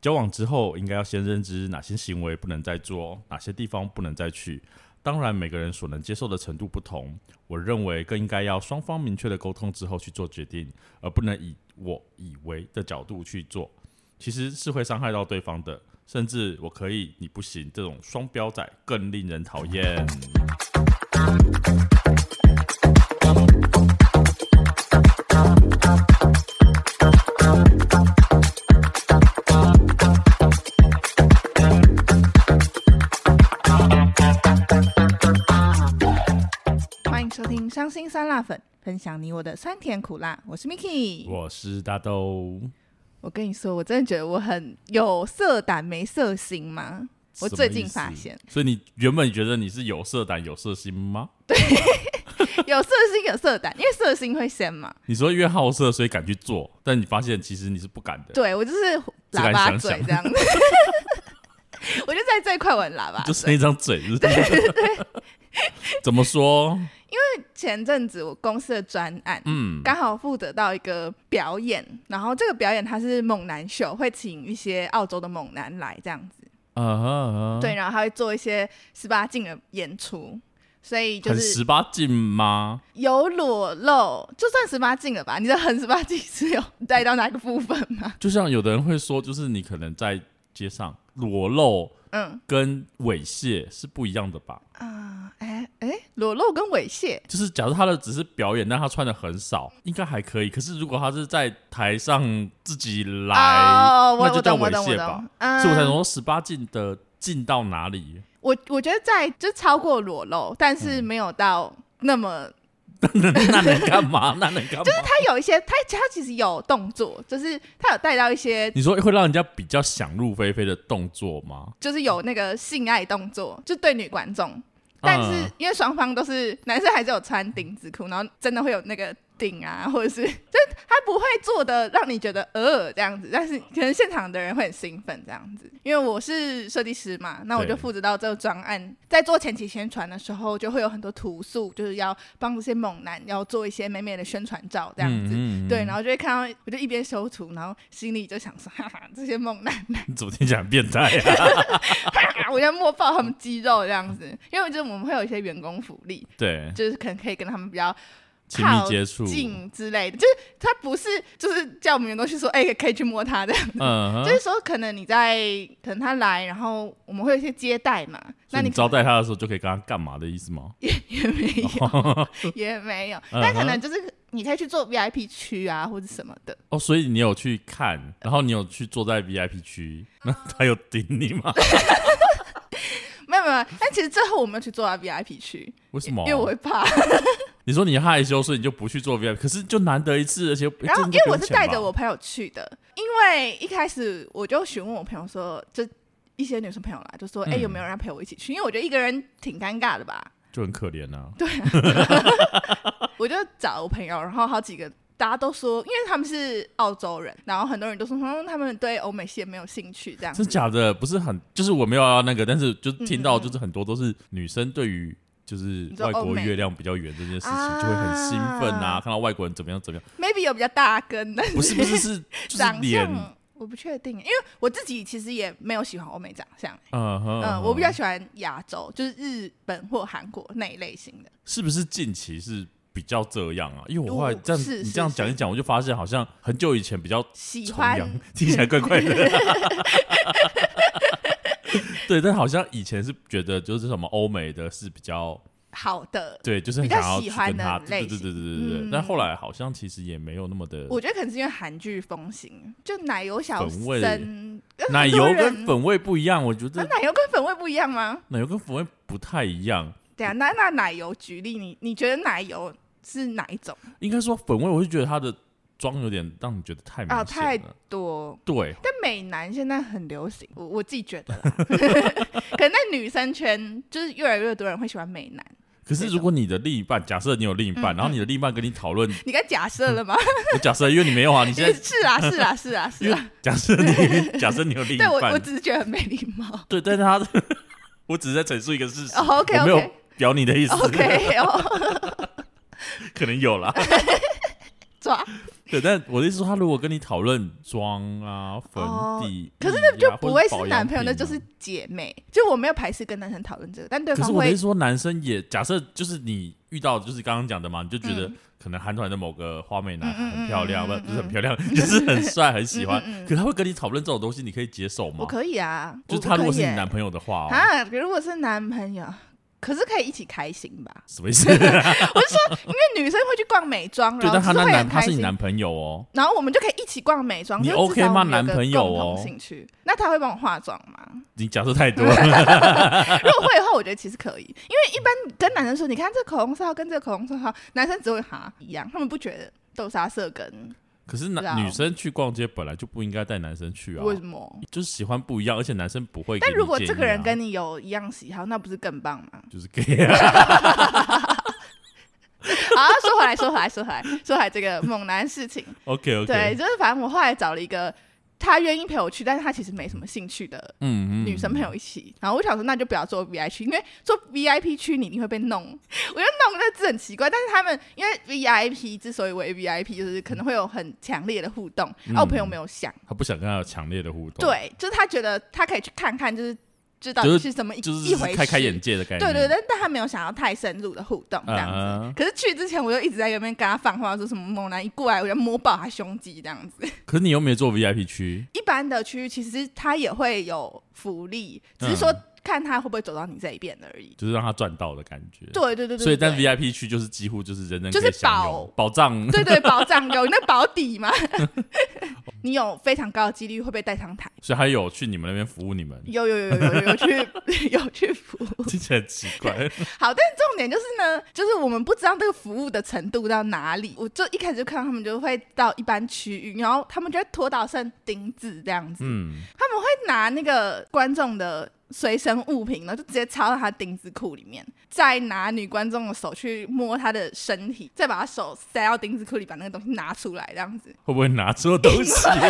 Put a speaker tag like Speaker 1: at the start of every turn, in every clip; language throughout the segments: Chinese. Speaker 1: 交往之后应该要先认知哪些行为不能再做，哪些地方不能再去。当然，每个人所能接受的程度不同，我认为更应该要双方明确的沟通之后去做决定，而不能以我以为的角度去做，其实是会伤害到对方的，甚至我可以你不行这种双标仔更令人讨
Speaker 2: 嗯
Speaker 1: 厌。
Speaker 2: 欢迎收听《伤心酸辣粉》，分享你我的酸甜苦辣。我是 Miki，我
Speaker 1: 我是大豆，
Speaker 2: 跟你说，我真的觉得我很有色胆没色心吗？我最近发现，
Speaker 1: 所以你原本觉得你是有色胆有色心吗？
Speaker 2: 有色心有色胆，因为色心会先嘛。
Speaker 1: 你说因为好色所以敢去做，但你发现其实你是不敢的，
Speaker 2: 对我就是
Speaker 1: 敢
Speaker 2: 喇叭
Speaker 1: 想
Speaker 2: 嘴
Speaker 1: 想
Speaker 2: 这样 子，我就在这一块我很喇叭
Speaker 1: 就
Speaker 2: 嘴。
Speaker 1: 是那张嘴，是不是？ 怎么说？
Speaker 2: 前阵子我公司的专案，
Speaker 1: 嗯，
Speaker 2: 刚好负责到一个表演，然后这个表演它是猛男秀，会请一些澳洲的猛男来这样子，
Speaker 1: 啊哈啊哈
Speaker 2: 对，然后他会做一些十八禁的演出，所以就
Speaker 1: 很
Speaker 2: 是
Speaker 1: 十八禁吗？
Speaker 2: 有裸露，就算十八禁了吧？你的很十八禁是有带到哪个部分 吗？
Speaker 1: 就像有的人会说，就是你可能在街上裸露
Speaker 2: 嗯
Speaker 1: 跟猥亵是不一样的吧？
Speaker 2: 啊，哎、哎、裸露跟猥亵，
Speaker 1: 就是假如他的只是表演，但他穿的很少，应该还可以。可是如果他是在台上自己来，
Speaker 2: 哦，我
Speaker 1: 那就
Speaker 2: 我
Speaker 1: 叫
Speaker 2: 懂
Speaker 1: 猥
Speaker 2: 我懂我
Speaker 1: 亵吧
Speaker 2: 懂。，嗯
Speaker 1: 所以我才说十八禁的禁到哪里？
Speaker 2: 我我觉得在就超过裸露，但是
Speaker 1: 嗯
Speaker 2: 没有到那么
Speaker 1: 那能干嘛？ 那能干嘛？
Speaker 2: 他有一些，他他其实有动作，就是他有带到一些，
Speaker 1: 你说会让人家比较想入非非的动作吗？
Speaker 2: 就是有那个性爱动作，
Speaker 1: 嗯
Speaker 2: 就对女观众。但是因为双方都是男生，还是有穿丁字裤，然后真的会有那个顶啊， 或者是就是他不会做的让你觉得呃这样子，但是可能现场的人会很兴奋这样子。因为我是设计师嘛，那我就
Speaker 1: 对
Speaker 2: 负责到这个专案，在做前期宣传的时候，就会有很多图素，就是要帮这些猛男要做一些美美的宣传照这样子。
Speaker 1: 嗯嗯嗯
Speaker 2: 对，然后就会看到，我就一边修图，然后心里就想说，哈哈，这些猛男，
Speaker 1: 你 怎么听起来很变态 啊？
Speaker 2: 哈哈我要摸爆他们肌肉这样子，因为就是我们会有一些员工福利，
Speaker 1: 对，
Speaker 2: 就是可能可以跟他们比较
Speaker 1: 亲密接触，
Speaker 2: 近之类的，就是他不是就是叫我们员工去说，哎、可以去摸他这样，
Speaker 1: 嗯，
Speaker 2: 就是说可能你在可能他来，然后我们会有一些接待嘛，
Speaker 1: 所
Speaker 2: 那
Speaker 1: 以
Speaker 2: 你
Speaker 1: 你招待他的时候就可以跟他干嘛的意思吗？
Speaker 2: 也没 有，也没有，
Speaker 1: 哦嗯哼
Speaker 2: 但可能就是你可以去做 VIP 区啊或者什么的，
Speaker 1: 哦，所以你有去看，然后你有去坐在 VIP 区， 那他有顶你吗？
Speaker 2: 没有没有，没有但其实最后我没有去做到啊 VIP 区，
Speaker 1: 为什么？
Speaker 2: 因为我会怕。
Speaker 1: 你说你害羞，所以你就不去做 VIP，可是就难得一次，而且
Speaker 2: 然后
Speaker 1: 真的
Speaker 2: 因为
Speaker 1: 不
Speaker 2: 我
Speaker 1: 用
Speaker 2: 是
Speaker 1: 钱吧
Speaker 2: 带着我朋友去的，因为一开始我就询问我朋友说，就一些女生朋友啦，就说，哎、
Speaker 1: 嗯
Speaker 2: 有没有人要陪我一起去？因为我觉得一个人挺尴尬的吧，
Speaker 1: 就很可怜啊。
Speaker 2: 我就找我朋友，然后好几个。大家都说，因为他们是澳洲人，然后很多人都说，嗯，他们对欧美系也没有兴趣，这样子
Speaker 1: 真。假的不是很，就是我没有要那个，但是就听到就是很多都是女生对于就是
Speaker 2: 嗯你说
Speaker 1: 外
Speaker 2: 欧
Speaker 1: 国
Speaker 2: 美
Speaker 1: 月亮比较圆这件事情
Speaker 2: 啊
Speaker 1: 就会很兴奋啊，看到外国人怎么样怎么样，
Speaker 2: Maybe 有比较大根，但是
Speaker 1: 不是 不是是就是
Speaker 2: 长
Speaker 1: 脸，
Speaker 2: 相我不确定，因为我自己其实也没有喜欢欧美长相，
Speaker 1: 嗯哼
Speaker 2: 嗯，我比较喜欢亚洲，就是日本或韩国那一类型的。
Speaker 1: 是不是近期是比较这样啊？因为我后来
Speaker 2: 哦
Speaker 1: 这样
Speaker 2: 是
Speaker 1: 你
Speaker 2: 是
Speaker 1: 这样
Speaker 2: 是
Speaker 1: 讲一讲，我就发现好像很久以前比较
Speaker 2: 喜
Speaker 1: 崇
Speaker 2: 欢
Speaker 1: 洋， 听起来怪怪的。对，但好像以前是觉得就是什么欧美的是比较
Speaker 2: 好的，
Speaker 1: 对，就是很
Speaker 2: 比较
Speaker 1: 想要去
Speaker 2: 喜欢
Speaker 1: 跟
Speaker 2: 的
Speaker 1: 他，对对
Speaker 2: 类
Speaker 1: 对对对对对。
Speaker 2: 嗯
Speaker 1: 但后来好像其实也没有那么的
Speaker 2: 我觉得可能是因为韩剧风行，就奶油小
Speaker 1: 粉味
Speaker 2: 生，
Speaker 1: 奶
Speaker 2: 很多
Speaker 1: 油
Speaker 2: 人
Speaker 1: 跟粉味不一样，我觉
Speaker 2: 啊
Speaker 1: 得
Speaker 2: 奶油跟粉味不一样吗？
Speaker 1: 奶油跟粉味不太一样。
Speaker 2: 对啊，那那奶油举例，你你觉得奶油是哪一种？
Speaker 1: 应该说粉味，我就觉得它的妆有点让你觉得太明
Speaker 2: 啊，太
Speaker 1: 显了。
Speaker 2: 多。
Speaker 1: 对，
Speaker 2: 但美男现在很流行，我我自己觉得啦，可能在女生圈就是越来越多人会喜欢美男。
Speaker 1: 可是如果你的另一半，假设你有另一半，
Speaker 2: 嗯
Speaker 1: 然后你的另一半跟你讨论，
Speaker 2: 你该假设了吗？
Speaker 1: 我假设因为你没有啊，你现在
Speaker 2: 是啊，是啊，是啊，是
Speaker 1: 因
Speaker 2: 啊。
Speaker 1: 为假设你 假设你有另一
Speaker 2: 对我，我
Speaker 1: 半，
Speaker 2: 只是觉得很没礼貌。
Speaker 1: 对，但是他 我只是在陈述一个事实，
Speaker 2: 哦
Speaker 1: 我没有
Speaker 2: ，OK，OK，OK，
Speaker 1: 表你的 意思，
Speaker 2: 哦，
Speaker 1: 可能有啦。
Speaker 2: 抓
Speaker 1: 对，但我的意思说，他如果跟你讨论妆啊、粉
Speaker 2: 哦
Speaker 1: 底、啊
Speaker 2: 可是
Speaker 1: 那
Speaker 2: 就不会是男朋
Speaker 1: 啊
Speaker 2: 友，那就是姐妹。就我没有排斥跟男生讨论这个，但对
Speaker 1: 可是
Speaker 2: 方
Speaker 1: 我的意
Speaker 2: 会
Speaker 1: 思说，男生也假设就是你遇到就是刚刚讲的嘛，你就觉得
Speaker 2: 嗯
Speaker 1: 可能韩团的某个花美男
Speaker 2: 嗯嗯嗯
Speaker 1: 很漂亮，
Speaker 2: 嗯
Speaker 1: 不
Speaker 2: 嗯
Speaker 1: 不是很漂亮，就是很帅很喜欢
Speaker 2: 嗯嗯。嗯
Speaker 1: 可他会跟你讨论这种东西，你可以接受
Speaker 2: 我
Speaker 1: 吗？
Speaker 2: 可以啊，
Speaker 1: 就是他
Speaker 2: 我
Speaker 1: 如果
Speaker 2: 可
Speaker 1: 是
Speaker 2: 以
Speaker 1: 你
Speaker 2: 欸
Speaker 1: 男朋友的话哦，
Speaker 2: 啊，如果是男朋友，可是可以一起开心吧？
Speaker 1: 什么 意思？对，
Speaker 2: 因为女生会去逛美妆，然后
Speaker 1: 但
Speaker 2: 就是
Speaker 1: 他那
Speaker 2: 会
Speaker 1: 男
Speaker 2: 很
Speaker 1: 他
Speaker 2: 开
Speaker 1: 是你
Speaker 2: 心。
Speaker 1: 男朋友哦，
Speaker 2: 然后我们就可以一起逛美妆，
Speaker 1: 你
Speaker 2: 就至少
Speaker 1: OK 吗
Speaker 2: 我们有个
Speaker 1: 男朋友
Speaker 2: 共同
Speaker 1: 哦
Speaker 2: 兴趣，那他会帮我化妆吗？
Speaker 1: 你假设太多
Speaker 2: 啊
Speaker 1: 了。
Speaker 2: 如果会的话，我觉得其实可以，因为一般跟男生说，你看这口红色号跟这口红色号，男生只会哈一样，他们不觉得豆沙色跟
Speaker 1: 可是
Speaker 2: 不知道
Speaker 1: 男女生去逛街本来就不应该带男生去啊，
Speaker 2: 为什么？
Speaker 1: 就是喜欢不一样，而且男生不会给你建议
Speaker 2: 但
Speaker 1: 啊。
Speaker 2: 如果这个人跟你有一样喜好，那不是更棒吗？
Speaker 1: 就是 gay 啊，
Speaker 2: 好，说回来，说回来，说回来，说回来这个猛男事情。
Speaker 1: OK OK，
Speaker 2: 对，就是反正我后来找了一个他愿意陪我去，但是他其实没什么兴趣的
Speaker 1: 嗯嗯，
Speaker 2: 女生朋友一起。然后我想说，那就不要做 VIP 区，因为做 VIP 区你一定会被弄。我觉得弄这字很奇怪，但是他们因为 VIP 之所以为 VIP，就是可能会有很强烈的互动。然后我朋
Speaker 1: 嗯
Speaker 2: 友没有想，
Speaker 1: 他不想跟他有强烈的互动，，
Speaker 2: 对，就是他觉得他可以去看看，就是知道
Speaker 1: 就是
Speaker 2: 是怎么一、
Speaker 1: 就是
Speaker 2: 一回事。
Speaker 1: 开开眼界的概念，
Speaker 2: 对对，但但他没有想要太深入的互动这样子。
Speaker 1: 嗯
Speaker 2: 可是去之前，我就一直在那边跟他放话，说什么猛男一过来，我就摸爆他胸肌这样子。
Speaker 1: 可是你又没做 VIP 区，
Speaker 2: 一般的区域其实他也会有福利，只是
Speaker 1: 嗯
Speaker 2: 说看他会不会走到你这一边而已。
Speaker 1: 就是让他赚到的感觉。
Speaker 2: 对对对对，
Speaker 1: 所以
Speaker 2: 对
Speaker 1: 但 VIP 区就是几乎就是人人
Speaker 2: 就是
Speaker 1: 可以享有保障。
Speaker 2: 对对保障有那保底嘛， 你有非常高的几率会被带上台。
Speaker 1: 所以他有去你们那边服务你们，
Speaker 2: 有有有有有有去 有去服务。
Speaker 1: 听起来很奇怪。
Speaker 2: 好，但是重点就是呢，就是我们不知道这个服务的程度到哪里。我就一开始就看到他们就会到一般区域，然后他们就会拖到剩钉子这样子。
Speaker 1: 嗯，
Speaker 2: 他们会拿那个观众的随身物品，然后就直接插到他的丁字裤里面，再拿女观众的手去摸她的身体，再把她手塞到丁字裤里，把那个东西拿出来，这样子。
Speaker 1: 会不会拿错东 西啊？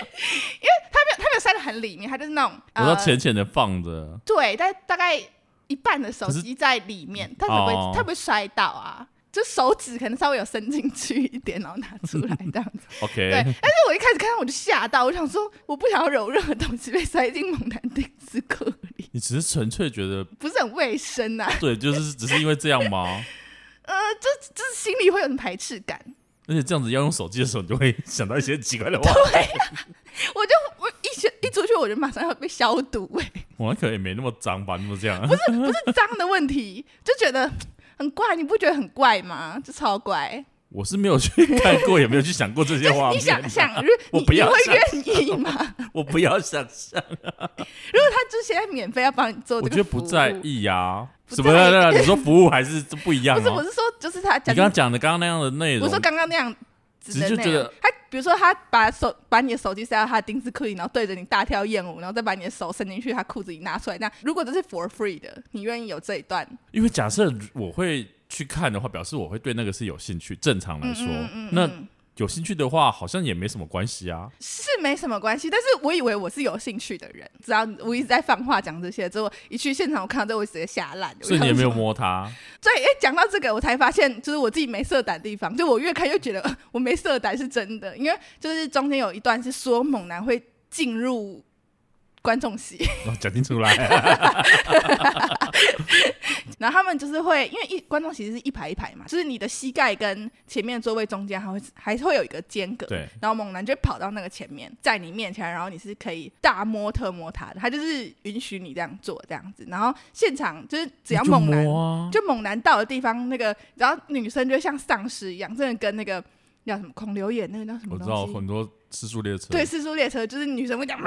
Speaker 2: 他没有塞的很里面，他就是那种呃
Speaker 1: 我要浅浅的放着，
Speaker 2: 对，但大概一半的手机在里面，他会不会、
Speaker 1: 哦
Speaker 2: 他会不会摔到啊？就手指可能稍微有伸进去一点，然后拿出来这样子。 对，但
Speaker 1: OK，
Speaker 2: 是我一开始看到我就吓到，我想说我不想要揉任何东西被塞进猛男 丁字裤里，
Speaker 1: 你只是纯粹觉得
Speaker 2: 不是很卫生啊。
Speaker 1: 对，就是只是因为这样吗？
Speaker 2: 呃，就就是心里会有点排斥感。
Speaker 1: 而且这样子要用手机的时候，你就会想到一些奇怪的话。
Speaker 2: 我就我一出一出去，我就马上要被消毒、 欸，
Speaker 1: 我可能也没那么脏吧，那么这样。
Speaker 2: 不是脏的问题，就觉得很怪，你不觉得很怪吗？就超怪。
Speaker 1: 我是没有去看过，也没有去想过这些画
Speaker 2: 你
Speaker 1: 面
Speaker 2: 想
Speaker 1: 啊。
Speaker 2: 想，如
Speaker 1: 我
Speaker 2: 你
Speaker 1: 不要
Speaker 2: 你会愿意吗？
Speaker 1: 我不要想象。
Speaker 2: 如 果他就现在免费要帮你做
Speaker 1: 我
Speaker 2: 哦这
Speaker 1: 觉
Speaker 2: 个，
Speaker 1: 得不在。意啊，
Speaker 2: 不
Speaker 1: 什
Speaker 2: 在
Speaker 1: 么？对
Speaker 2: 意
Speaker 1: 对对你说服务还是不一样
Speaker 2: 不是，我
Speaker 1: 哦。
Speaker 2: 是说，就是他
Speaker 1: 你
Speaker 2: 讲
Speaker 1: 刚，刚讲的刚刚那样的内
Speaker 2: 我
Speaker 1: 容
Speaker 2: 说，刚刚那样。
Speaker 1: 只
Speaker 2: 只能
Speaker 1: 就
Speaker 2: 那
Speaker 1: 觉
Speaker 2: 样
Speaker 1: 得
Speaker 2: 他，比如说他把手把你的手机塞到他的丁字裤里，然后对着你大跳艳舞，然后再把你的手伸进去他裤子里拿出来。那如果这是 for free 的，你愿意有这一段
Speaker 1: 因为假设我会去看的话，表示我会对那个是有兴趣。正常来说
Speaker 2: 嗯嗯嗯，
Speaker 1: 那有兴趣的话，好像也没什么关系啊。
Speaker 2: 是没什么关系，但是我以为我是有兴趣的人，只要我一直在放话讲这些，之后一去现场我看到这，我直接吓烂。
Speaker 1: 所以你也没有
Speaker 2: 我就想说？
Speaker 1: 摸它，
Speaker 2: 对，哎、讲到这个，我才发现就是我自己没色胆的地方，就我越看越觉得 呃我没色胆是真的，因为就是中间有一段是说猛男会进入观众席，
Speaker 1: 哦讲清楚来。
Speaker 2: 然后他们就是会，因为一观众席是一排一排嘛，就是你的膝盖跟前面座位中间还会还是会有一个间隔，
Speaker 1: 对。
Speaker 2: 然后猛男就会跑到那个前面，在你面前，然后你是可以大摸特摸他的，他就是允许你这样做这样子。然后现场就是只要
Speaker 1: 那就
Speaker 2: 猛男，
Speaker 1: 摸啊，
Speaker 2: 就猛男到的地方，那个然后女生就像丧尸一样，真的跟那个叫什么孔刘演那个叫什么
Speaker 1: 我
Speaker 2: 东
Speaker 1: 知
Speaker 2: 西，
Speaker 1: 道很多失速列车，
Speaker 2: 对，四速列车就是女生会讲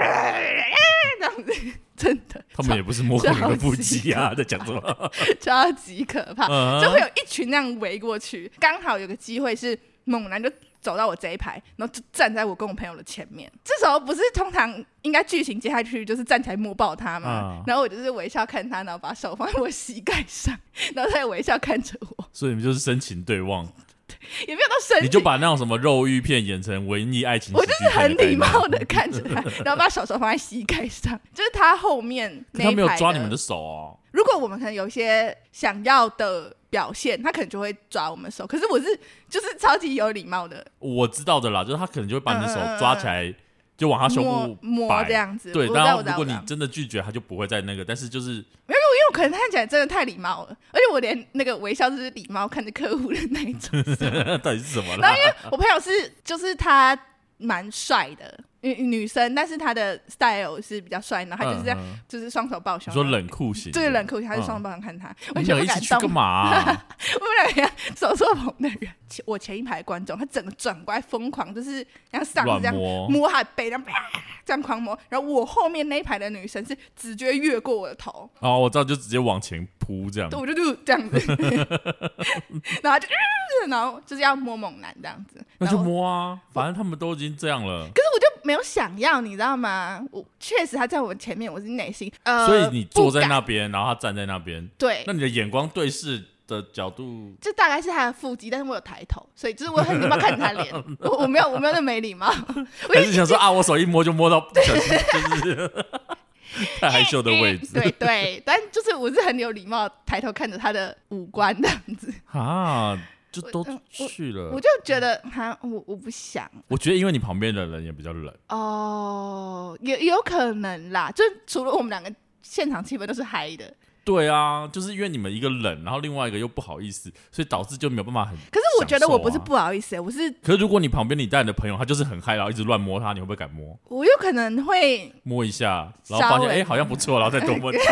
Speaker 2: 这样子，真的
Speaker 1: 他们也不是摸过你的腹肌啊， 在讲什么？
Speaker 2: 超级可怕。
Speaker 1: 嗯
Speaker 2: 就会有一群那样围过去。刚好有个机会是猛男就走到我这一排，然后就站在我跟我朋友的前面。这时候不是通常应该剧情接下去就是站起来摸爆他吗？
Speaker 1: 嗯
Speaker 2: 然后我就是微笑看他，然后把手放在我膝盖上，然后他也微笑看着我。
Speaker 1: 所以你们就是深情对望，
Speaker 2: 也没有到生
Speaker 1: 你
Speaker 2: 气，
Speaker 1: 就把那种什么肉欲片演成文艺爱情喜
Speaker 2: 我
Speaker 1: 剧
Speaker 2: 就是
Speaker 1: 片
Speaker 2: 很
Speaker 1: 的概
Speaker 2: 礼
Speaker 1: 念，
Speaker 2: 貌的看着他，然后把手手放在膝盖上，就是他后面
Speaker 1: 可
Speaker 2: 那
Speaker 1: 他
Speaker 2: 一
Speaker 1: 没有
Speaker 2: 排
Speaker 1: 抓你们的手哦。
Speaker 2: 如果我们可能有一些想要的表现，他可能就会抓我们手。可是我是就是超级有礼貌的，
Speaker 1: 我知道的啦，就是他可能就会把你的手
Speaker 2: 嗯嗯嗯
Speaker 1: 抓起来，就往他胸
Speaker 2: 摸
Speaker 1: 部
Speaker 2: 摸
Speaker 1: 摆
Speaker 2: 这。样子。
Speaker 1: 对，
Speaker 2: 我知道
Speaker 1: 然
Speaker 2: 我
Speaker 1: 后
Speaker 2: 知道
Speaker 1: 如果
Speaker 2: 我知
Speaker 1: 你
Speaker 2: 道
Speaker 1: 真的拒绝，他就不会再那个。但是 就是
Speaker 2: 因为我可能看起来真的太礼貌了，而且我连那个微笑就是礼貌看着客户的那一 种。
Speaker 1: 到底是什么
Speaker 2: 然
Speaker 1: 啦
Speaker 2: 后？因为我朋友是就是他蛮帅的女女生，但是他的 style 是比较帅，然后他就是这样、
Speaker 1: 嗯嗯
Speaker 2: 就是双手抱胸，
Speaker 1: 你说冷酷型，
Speaker 2: 对冷酷，他是
Speaker 1: 嗯
Speaker 2: 双手抱胸看他，我
Speaker 1: 你
Speaker 2: 就
Speaker 1: 们
Speaker 2: 不
Speaker 1: 一起
Speaker 2: 敢
Speaker 1: 去
Speaker 2: 动
Speaker 1: 干嘛 啊？
Speaker 2: 我们两个手作棚的人，前我前一排观众，他整个转过来疯狂，就是像上次
Speaker 1: 软
Speaker 2: 这样
Speaker 1: 摸，
Speaker 2: 摸他的背，然后啪这样狂摸。然后我后面那一排的女生是直接越过我的头，
Speaker 1: 哦，我知道，就直接往前扑这样
Speaker 2: 对，。我就就这样 子，然后就、呃然后就是要摸猛男这样子，
Speaker 1: 那
Speaker 2: 然
Speaker 1: 就
Speaker 2: 后我。
Speaker 1: 摸啊，反正他们都已经这样了，
Speaker 2: 可是我就没有想要，你知道吗？我确实他在我前面，我是内心呃，
Speaker 1: 所以你坐在
Speaker 2: 不敢
Speaker 1: 那边，然后他站在那边，
Speaker 2: 对
Speaker 1: 那，你的眼光对视的角度，
Speaker 2: 这大概是他的腹肌，但是我有抬头，所以就是我很礼貌看着他 脸，我我没有我没有那么没礼貌，我
Speaker 1: 还
Speaker 2: 就是
Speaker 1: 想说啊， 我手一摸就摸到不小心，就是 太害羞的位置
Speaker 2: 对对，但就是我是很有礼貌，抬头看着他的五官这样 子，
Speaker 1: 啊，就都
Speaker 2: 我嗯我
Speaker 1: 去了
Speaker 2: 我。就觉得哈，我我不想
Speaker 1: 我觉得因为你旁边的人也比较冷，
Speaker 2: 哦，也也有可能啦，就除了我们两个现场气氛都是嗨的，
Speaker 1: 对啊，就是因为你们一个冷，然后另外一个又不好意思，所以导致就没有办法很。
Speaker 2: 可是我觉得我不是
Speaker 1: 享受啊
Speaker 2: 不好意思欸、我是
Speaker 1: 可是如果你旁边你带你的朋友，他就是很嗨，然后一直乱摸他，你会不会敢摸？
Speaker 2: 我有可能会
Speaker 1: 摸一下，然后发
Speaker 2: 稍
Speaker 1: 现
Speaker 2: 微
Speaker 1: 哎、好像不错，然后再多 摸几下，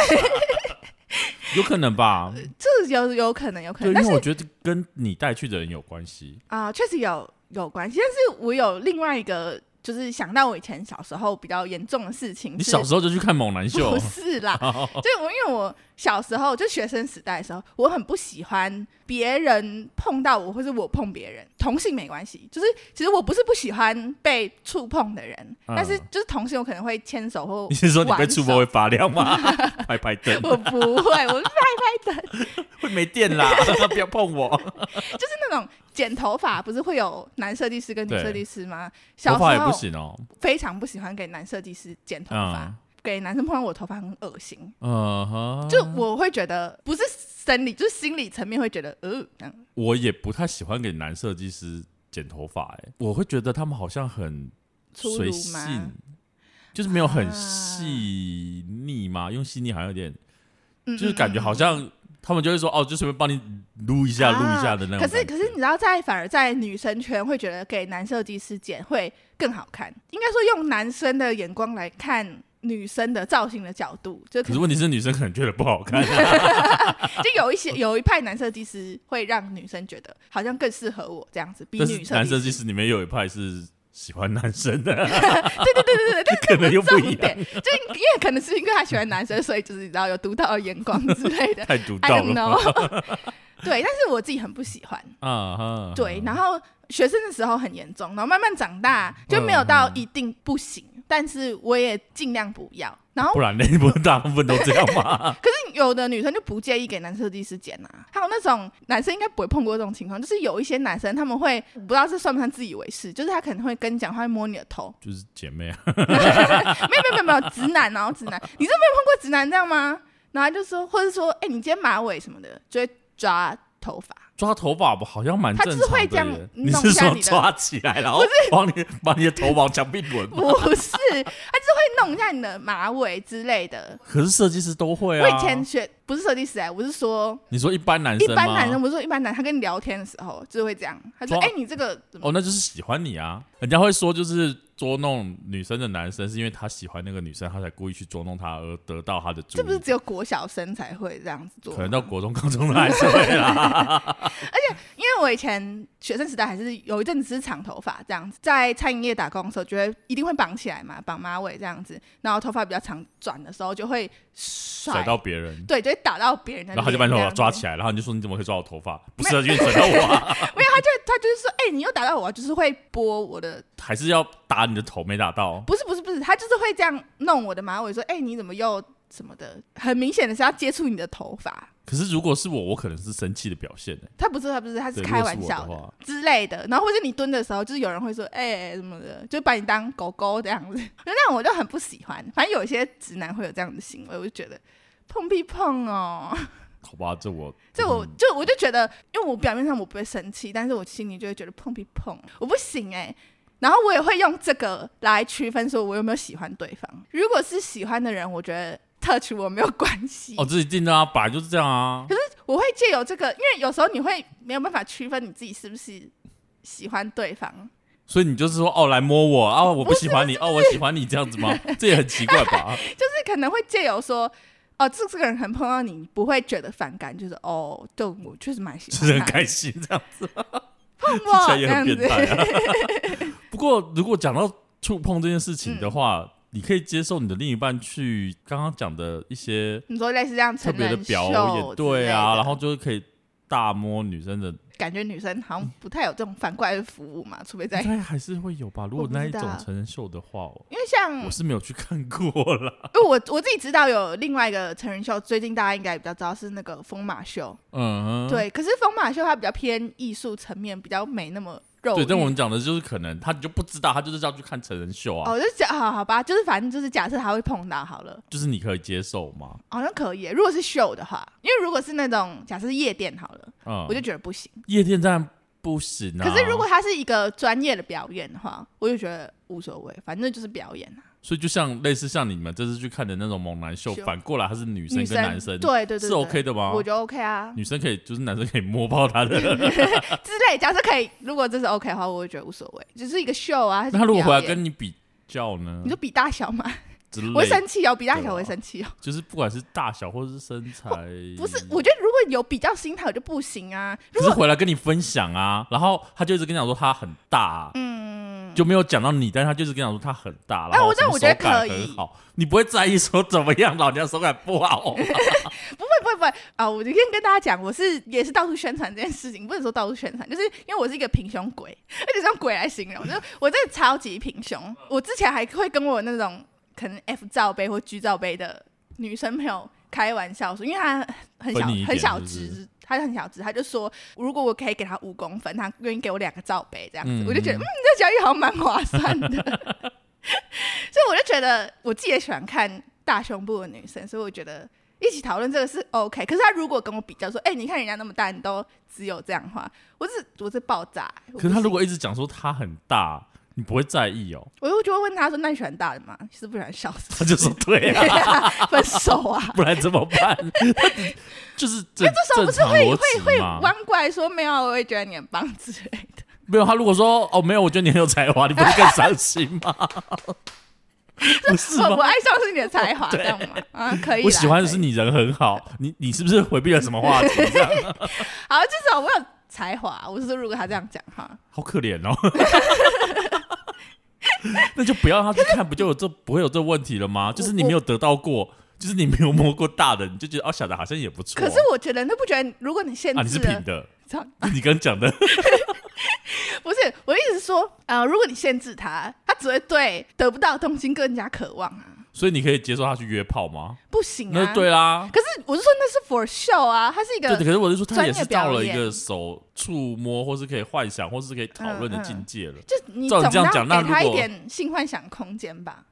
Speaker 1: 有可能吧？
Speaker 2: 这有有可能有可
Speaker 1: 对，因
Speaker 2: 能，但是
Speaker 1: 为我觉得跟你带去的人有关系。
Speaker 2: 啊，确、实有有关系，但是我有另外一个。就是想到我以前小时候比较严重的事情是，
Speaker 1: 你小时候就去看猛男秀
Speaker 2: 不，是啦，就我因为我小时候就学生时代的时候，我很不喜欢别人碰到我，或是我碰别人。同性没关系，就是其实我不是不喜欢被触碰的人，
Speaker 1: 嗯
Speaker 2: 但是就是同性我可能会牵手 或
Speaker 1: 你是说你被
Speaker 2: 玩
Speaker 1: 触
Speaker 2: 手
Speaker 1: 摸会发亮 吗？拍拍灯
Speaker 2: 我不会，我是
Speaker 1: 会没电 啦，不要碰我。
Speaker 2: 那种剪头发，不是会有男设计师跟女
Speaker 1: 对
Speaker 2: 设计师吗？小
Speaker 1: 头发也
Speaker 2: 时
Speaker 1: 不
Speaker 2: 候
Speaker 1: 行哦，
Speaker 2: 非常不喜欢给男设计师剪头发，
Speaker 1: 嗯
Speaker 2: 给男生碰到我头发很恶心，
Speaker 1: 嗯哼，
Speaker 2: 就我会觉得不是生理，就是心理层面会觉得呃这样。
Speaker 1: 我也不太喜欢给男设计师剪头发，哎，我会觉得他们好像很
Speaker 2: 粗
Speaker 1: 随
Speaker 2: 鲁
Speaker 1: 性
Speaker 2: 吗，
Speaker 1: 就是没有很
Speaker 2: 啊
Speaker 1: 细腻嘛，用细腻好像有点，
Speaker 2: 嗯
Speaker 1: 就是感觉
Speaker 2: 嗯嗯
Speaker 1: 好像他们就会说哦，就随便帮你撸一下撸一下的那种
Speaker 2: 啊可
Speaker 1: 感觉。
Speaker 2: 是可是你知道在，反而在女生圈会觉得给男设计师剪会更好看，应该说用男生的眼光来看女生的造型的角度，就
Speaker 1: 可
Speaker 2: 可
Speaker 1: 是
Speaker 2: 能
Speaker 1: 问题是女生可能觉得不好看、
Speaker 2: 就有一些有一派男设计师会让女生觉得好像更适合我这样子，比
Speaker 1: 但是
Speaker 2: 女
Speaker 1: 男
Speaker 2: 生
Speaker 1: 设计师里面有一派是喜欢男生的，对对对对对，可能又不
Speaker 2: 重
Speaker 1: 一样
Speaker 2: 点，，就因为可能是因为他喜欢男生，所以就是你知道有独到的眼光之类的
Speaker 1: 太 独
Speaker 2: ，I
Speaker 1: 到了
Speaker 2: don't know 。 对，但是我自己很不喜欢。
Speaker 1: 啊哈。
Speaker 2: 对，然后学生的时候很严重，然后慢慢长大就没
Speaker 1: 嗯
Speaker 2: 有到一定不行，但是我也尽量不要。然后
Speaker 1: 不然呢？不是大部分都这样吗？
Speaker 2: 有的女生就不介意给男设计师剪啊，还有那种男生应该不会碰过这种情况，就是有一些男生他们会我不知道是算不算自以为是，就是他可能会跟你讲话，会摸你的头，
Speaker 1: 就是姐妹啊，
Speaker 2: 没有没有没有没有直男哦直男，你真的没有碰过直男这样吗？然后他就说，或者说，哎、你今天马尾什么的，就会抓头 发。
Speaker 1: 抓头发吧，好像蛮
Speaker 2: 他
Speaker 1: 正
Speaker 2: 就是
Speaker 1: 常
Speaker 2: 会
Speaker 1: 的
Speaker 2: 这样
Speaker 1: 耶。
Speaker 2: 弄
Speaker 1: 是
Speaker 2: 下
Speaker 1: 说
Speaker 2: 你的
Speaker 1: 抓起来，然后往你把你的头往墙壁滚 吗？
Speaker 2: 不是，他就是会弄一下你的马尾之类的。
Speaker 1: 可是设计师都会啊。
Speaker 2: 我以前学不是设计师哎、我是说
Speaker 1: 你说一般男
Speaker 2: 一
Speaker 1: 生吗？
Speaker 2: 般男生，我是说一般男，他跟你聊天的时候就会这样，他说：“
Speaker 1: 抓
Speaker 2: 哎、你这个怎么
Speaker 1: 哦，那就是喜欢你啊。人家会说，就是捉弄女生的男生是因为他喜欢那个女生，他才故意去捉弄她而得到她的注意。
Speaker 2: 这不是只有国小生才会这样子做吗？
Speaker 1: 可能到国中、高中的还是 会啊啦。
Speaker 2: 因为我以前学生时代还是有一阵子是长头发这样子，在餐饮业打工的时候，觉得一定会绑起来嘛，绑马尾这样子，然后头发比较长转的时候就会甩
Speaker 1: 甩到别人，
Speaker 2: 对，就会打到别人的
Speaker 1: 然后他就把你头发抓起
Speaker 2: 来，
Speaker 1: 来，然后你就说你怎么可以抓我头发？不是啊，因 为你甩到我啊，
Speaker 2: 没有，他就他就是说，哎、你又打到我，就是会拨我的
Speaker 1: 还是要打你的头没打到。
Speaker 2: 不是不是不是，他就是会这样弄我的马尾，说：“哎、你怎么又什么的，很明显的是要接触你的头发。
Speaker 1: 可是如果是我，我可能是生气的表现、欸。
Speaker 2: 他不是，他不是，他是
Speaker 1: 对，
Speaker 2: 开
Speaker 1: 如果是
Speaker 2: 玩
Speaker 1: 我
Speaker 2: 笑
Speaker 1: 的话，
Speaker 2: 之类的。然后或者你蹲的时候，就是有人会说“哎、什么的”，就把你当狗狗这样子。 那样我就很不喜欢。反正有一些直男会有这样的行为，我就觉得碰屁碰哦。
Speaker 1: 好吧，这我
Speaker 2: 这我
Speaker 1: 嗯
Speaker 2: 就我就觉得，因为我表面上我不会生气，但是我心里就会觉得碰屁碰，我不行哎、然后我也会用这个来区分说我有没有喜欢对方。如果是喜欢的人，我觉得 touch 我没有关系。
Speaker 1: 哦，这一定的啊，本来就是这样啊。
Speaker 2: 我会借由这个，因为有时候你会没有办法区分你自己是不是喜欢对方，
Speaker 1: 所以你就是说哦，来摸我啊，我不喜欢你哦，我喜欢你这样子吗？这也很奇怪 吧？
Speaker 2: 就是可能会借由说，哦，这这个人可能碰到你，你不会觉得反感，就是哦，就我确实蛮喜
Speaker 1: 就是
Speaker 2: 欢
Speaker 1: 很
Speaker 2: 他
Speaker 1: 开
Speaker 2: 的，
Speaker 1: 心这样，听起来
Speaker 2: 碰我这
Speaker 1: 也很
Speaker 2: 样
Speaker 1: 变
Speaker 2: 子，
Speaker 1: 态啊。 不过如果讲到触碰这件事情的话，
Speaker 2: 嗯
Speaker 1: 你可以接受你的另一半去刚刚讲的一些
Speaker 2: 你说类似这样
Speaker 1: 特
Speaker 2: 成
Speaker 1: 别的
Speaker 2: 人
Speaker 1: 表
Speaker 2: 秀
Speaker 1: 演，
Speaker 2: 之类
Speaker 1: 对
Speaker 2: 的
Speaker 1: 啊，然后就是可以大摸女生的，
Speaker 2: 感觉女生好
Speaker 1: 嗯
Speaker 2: 像不太有这种反过来的服务嘛，除非在
Speaker 1: 应该还是会有吧？如果
Speaker 2: 我不知
Speaker 1: 那一种
Speaker 2: 道嗯
Speaker 1: 成人秀的话哦。
Speaker 2: 因为像
Speaker 1: 我是没有去看过啦，
Speaker 2: 因为我我自己知道有另外一个成人秀，最近大家应该也比较知道是那个疯马秀，
Speaker 1: 嗯，
Speaker 2: 对。可是疯马秀它比较偏艺术层面，比较没那么肉
Speaker 1: 对，但我
Speaker 2: 欲。
Speaker 1: 们讲的就是可能他就不知道，他就是要去看成人秀啊，
Speaker 2: 哦，就假好好吧，就是反正就是假设他会碰到好了，
Speaker 1: 就是你可以接受嘛，
Speaker 2: 好像可以耶。如果是秀的话，因为如果是那种假设是夜店好了，
Speaker 1: 嗯，
Speaker 2: 我就觉得不行。
Speaker 1: 夜店站不行啊。
Speaker 2: 可是如果他是一个专业的表演的话，我就觉得无所谓，反正就是表演啊。
Speaker 1: 所以就像类似像你们这次去看的那种猛男秀，
Speaker 2: 秀
Speaker 1: 反过来他是女生
Speaker 2: 女
Speaker 1: 跟男生，
Speaker 2: 对对对
Speaker 1: 是 OK
Speaker 2: 的
Speaker 1: 的吗？
Speaker 2: 我觉得 OK 啊
Speaker 1: 女生可以，就是男生可以摸爆他的。
Speaker 2: 之类。假设可以，如果这是 OK 的话，我会觉得无所谓，只是一个秀啊。它是
Speaker 1: 那他如果
Speaker 2: 表
Speaker 1: 回来
Speaker 2: 演
Speaker 1: 跟你嗯比较呢
Speaker 2: 你？就比大小嘛，
Speaker 1: 之类
Speaker 2: 我会
Speaker 1: 的，
Speaker 2: 生气哦，比大
Speaker 1: 对
Speaker 2: 小我会
Speaker 1: 啊
Speaker 2: 生气哦。
Speaker 1: 就是不管是大小或者是身材，
Speaker 2: 不是，我觉得如果有比较心态，我就不行啊。如
Speaker 1: 可是
Speaker 2: 果
Speaker 1: 回来跟你分享啊，然后他就一直跟你讲说他很大、啊
Speaker 2: 嗯，
Speaker 1: 就没有讲到你，但是他就是跟你讲说他很大，
Speaker 2: 哎
Speaker 1: 然后
Speaker 2: 我这
Speaker 1: 什么
Speaker 2: 我觉得
Speaker 1: 手感
Speaker 2: 可以
Speaker 1: 很好，你不会在意说怎么样，老娘手感不 好，
Speaker 2: 不会不会不会啊、我就先跟大家讲，我是也是到处宣传这件事情，不能说到处宣传，就是因为我是一个平胸鬼，而且是用鬼来 形容，就是我真的超级平胸。我之前还会跟我那种嗯可能 F 罩杯或 G 罩杯的女生朋友开玩笑说，因为她很小
Speaker 1: 分你一点
Speaker 2: 很小
Speaker 1: 是不
Speaker 2: 只。她很小只，她就说如果我可以给她五公分，她愿意给我两个罩杯这样子，
Speaker 1: 嗯
Speaker 2: 我就觉得嗯，这交易好像蛮划算的。 所以我就觉得我自己也喜欢看大胸部的女生，所以我觉得一起讨论这个是 OK。可是他如果跟我比较说，哎、你看人家那么大，你都只有这样的话，我是我是爆炸、我不
Speaker 1: 可是他如
Speaker 2: 行
Speaker 1: 果一直讲说他很大，你不会在意哦。
Speaker 2: 我就就会问他说，那你喜欢大的吗？是不喜欢小的？
Speaker 1: 他就说对啊，
Speaker 2: 分手啊！
Speaker 1: 不然怎么办？ 就是这
Speaker 2: 这时候
Speaker 1: 正
Speaker 2: 不是
Speaker 1: 常
Speaker 2: 会
Speaker 1: 逻
Speaker 2: 会
Speaker 1: 辑
Speaker 2: 会
Speaker 1: 嘛。
Speaker 2: 弯过来说没有啊，我也觉得你很棒之类的。
Speaker 1: 没有，他如果说哦没有，我觉得你很有才华，你不是更伤心吗？ 不是
Speaker 2: 我我
Speaker 1: 吗？哦
Speaker 2: 爱上是你的才华，这样吗？啊，可以啦。
Speaker 1: 我喜欢的
Speaker 2: 可
Speaker 1: 是
Speaker 2: 以。
Speaker 1: 你人很好，你你是不是回避了什么话题？这样
Speaker 2: 好，至少我有才华。我是说，如果他这样讲哈，
Speaker 1: 好可怜哦。 那就不要让他去看，不就有这不会有这问题了吗？就是你没有得到过，就是你没有摸过大的，你就觉得哦小的好像也不错。
Speaker 2: 可是我觉得，那不觉得如果你限制
Speaker 1: 啊，你是
Speaker 2: 了
Speaker 1: 平的，
Speaker 2: 这样
Speaker 1: 你刚讲 的
Speaker 2: 不是，我一直说，呃，如果你限制他，他只会对得不到的东西更加渴望啊，
Speaker 1: 所以你可以接受他去约炮吗？
Speaker 2: 不行啊。
Speaker 1: 那对啦。
Speaker 2: 可是我是说那是 for show 啊，他是一
Speaker 1: 对，可
Speaker 2: 个
Speaker 1: 是我是说，他
Speaker 2: 专
Speaker 1: 也
Speaker 2: 业
Speaker 1: 是到
Speaker 2: 表
Speaker 1: 了一
Speaker 2: 演
Speaker 1: 个手触摸，或是可以幻想，或是可以讨论的境界了。
Speaker 2: 就你
Speaker 1: 照
Speaker 2: 总
Speaker 1: 你这样
Speaker 2: 要
Speaker 1: 讲那
Speaker 2: 给他
Speaker 1: 如
Speaker 2: 一
Speaker 1: 果
Speaker 2: 点性幻想空间吧。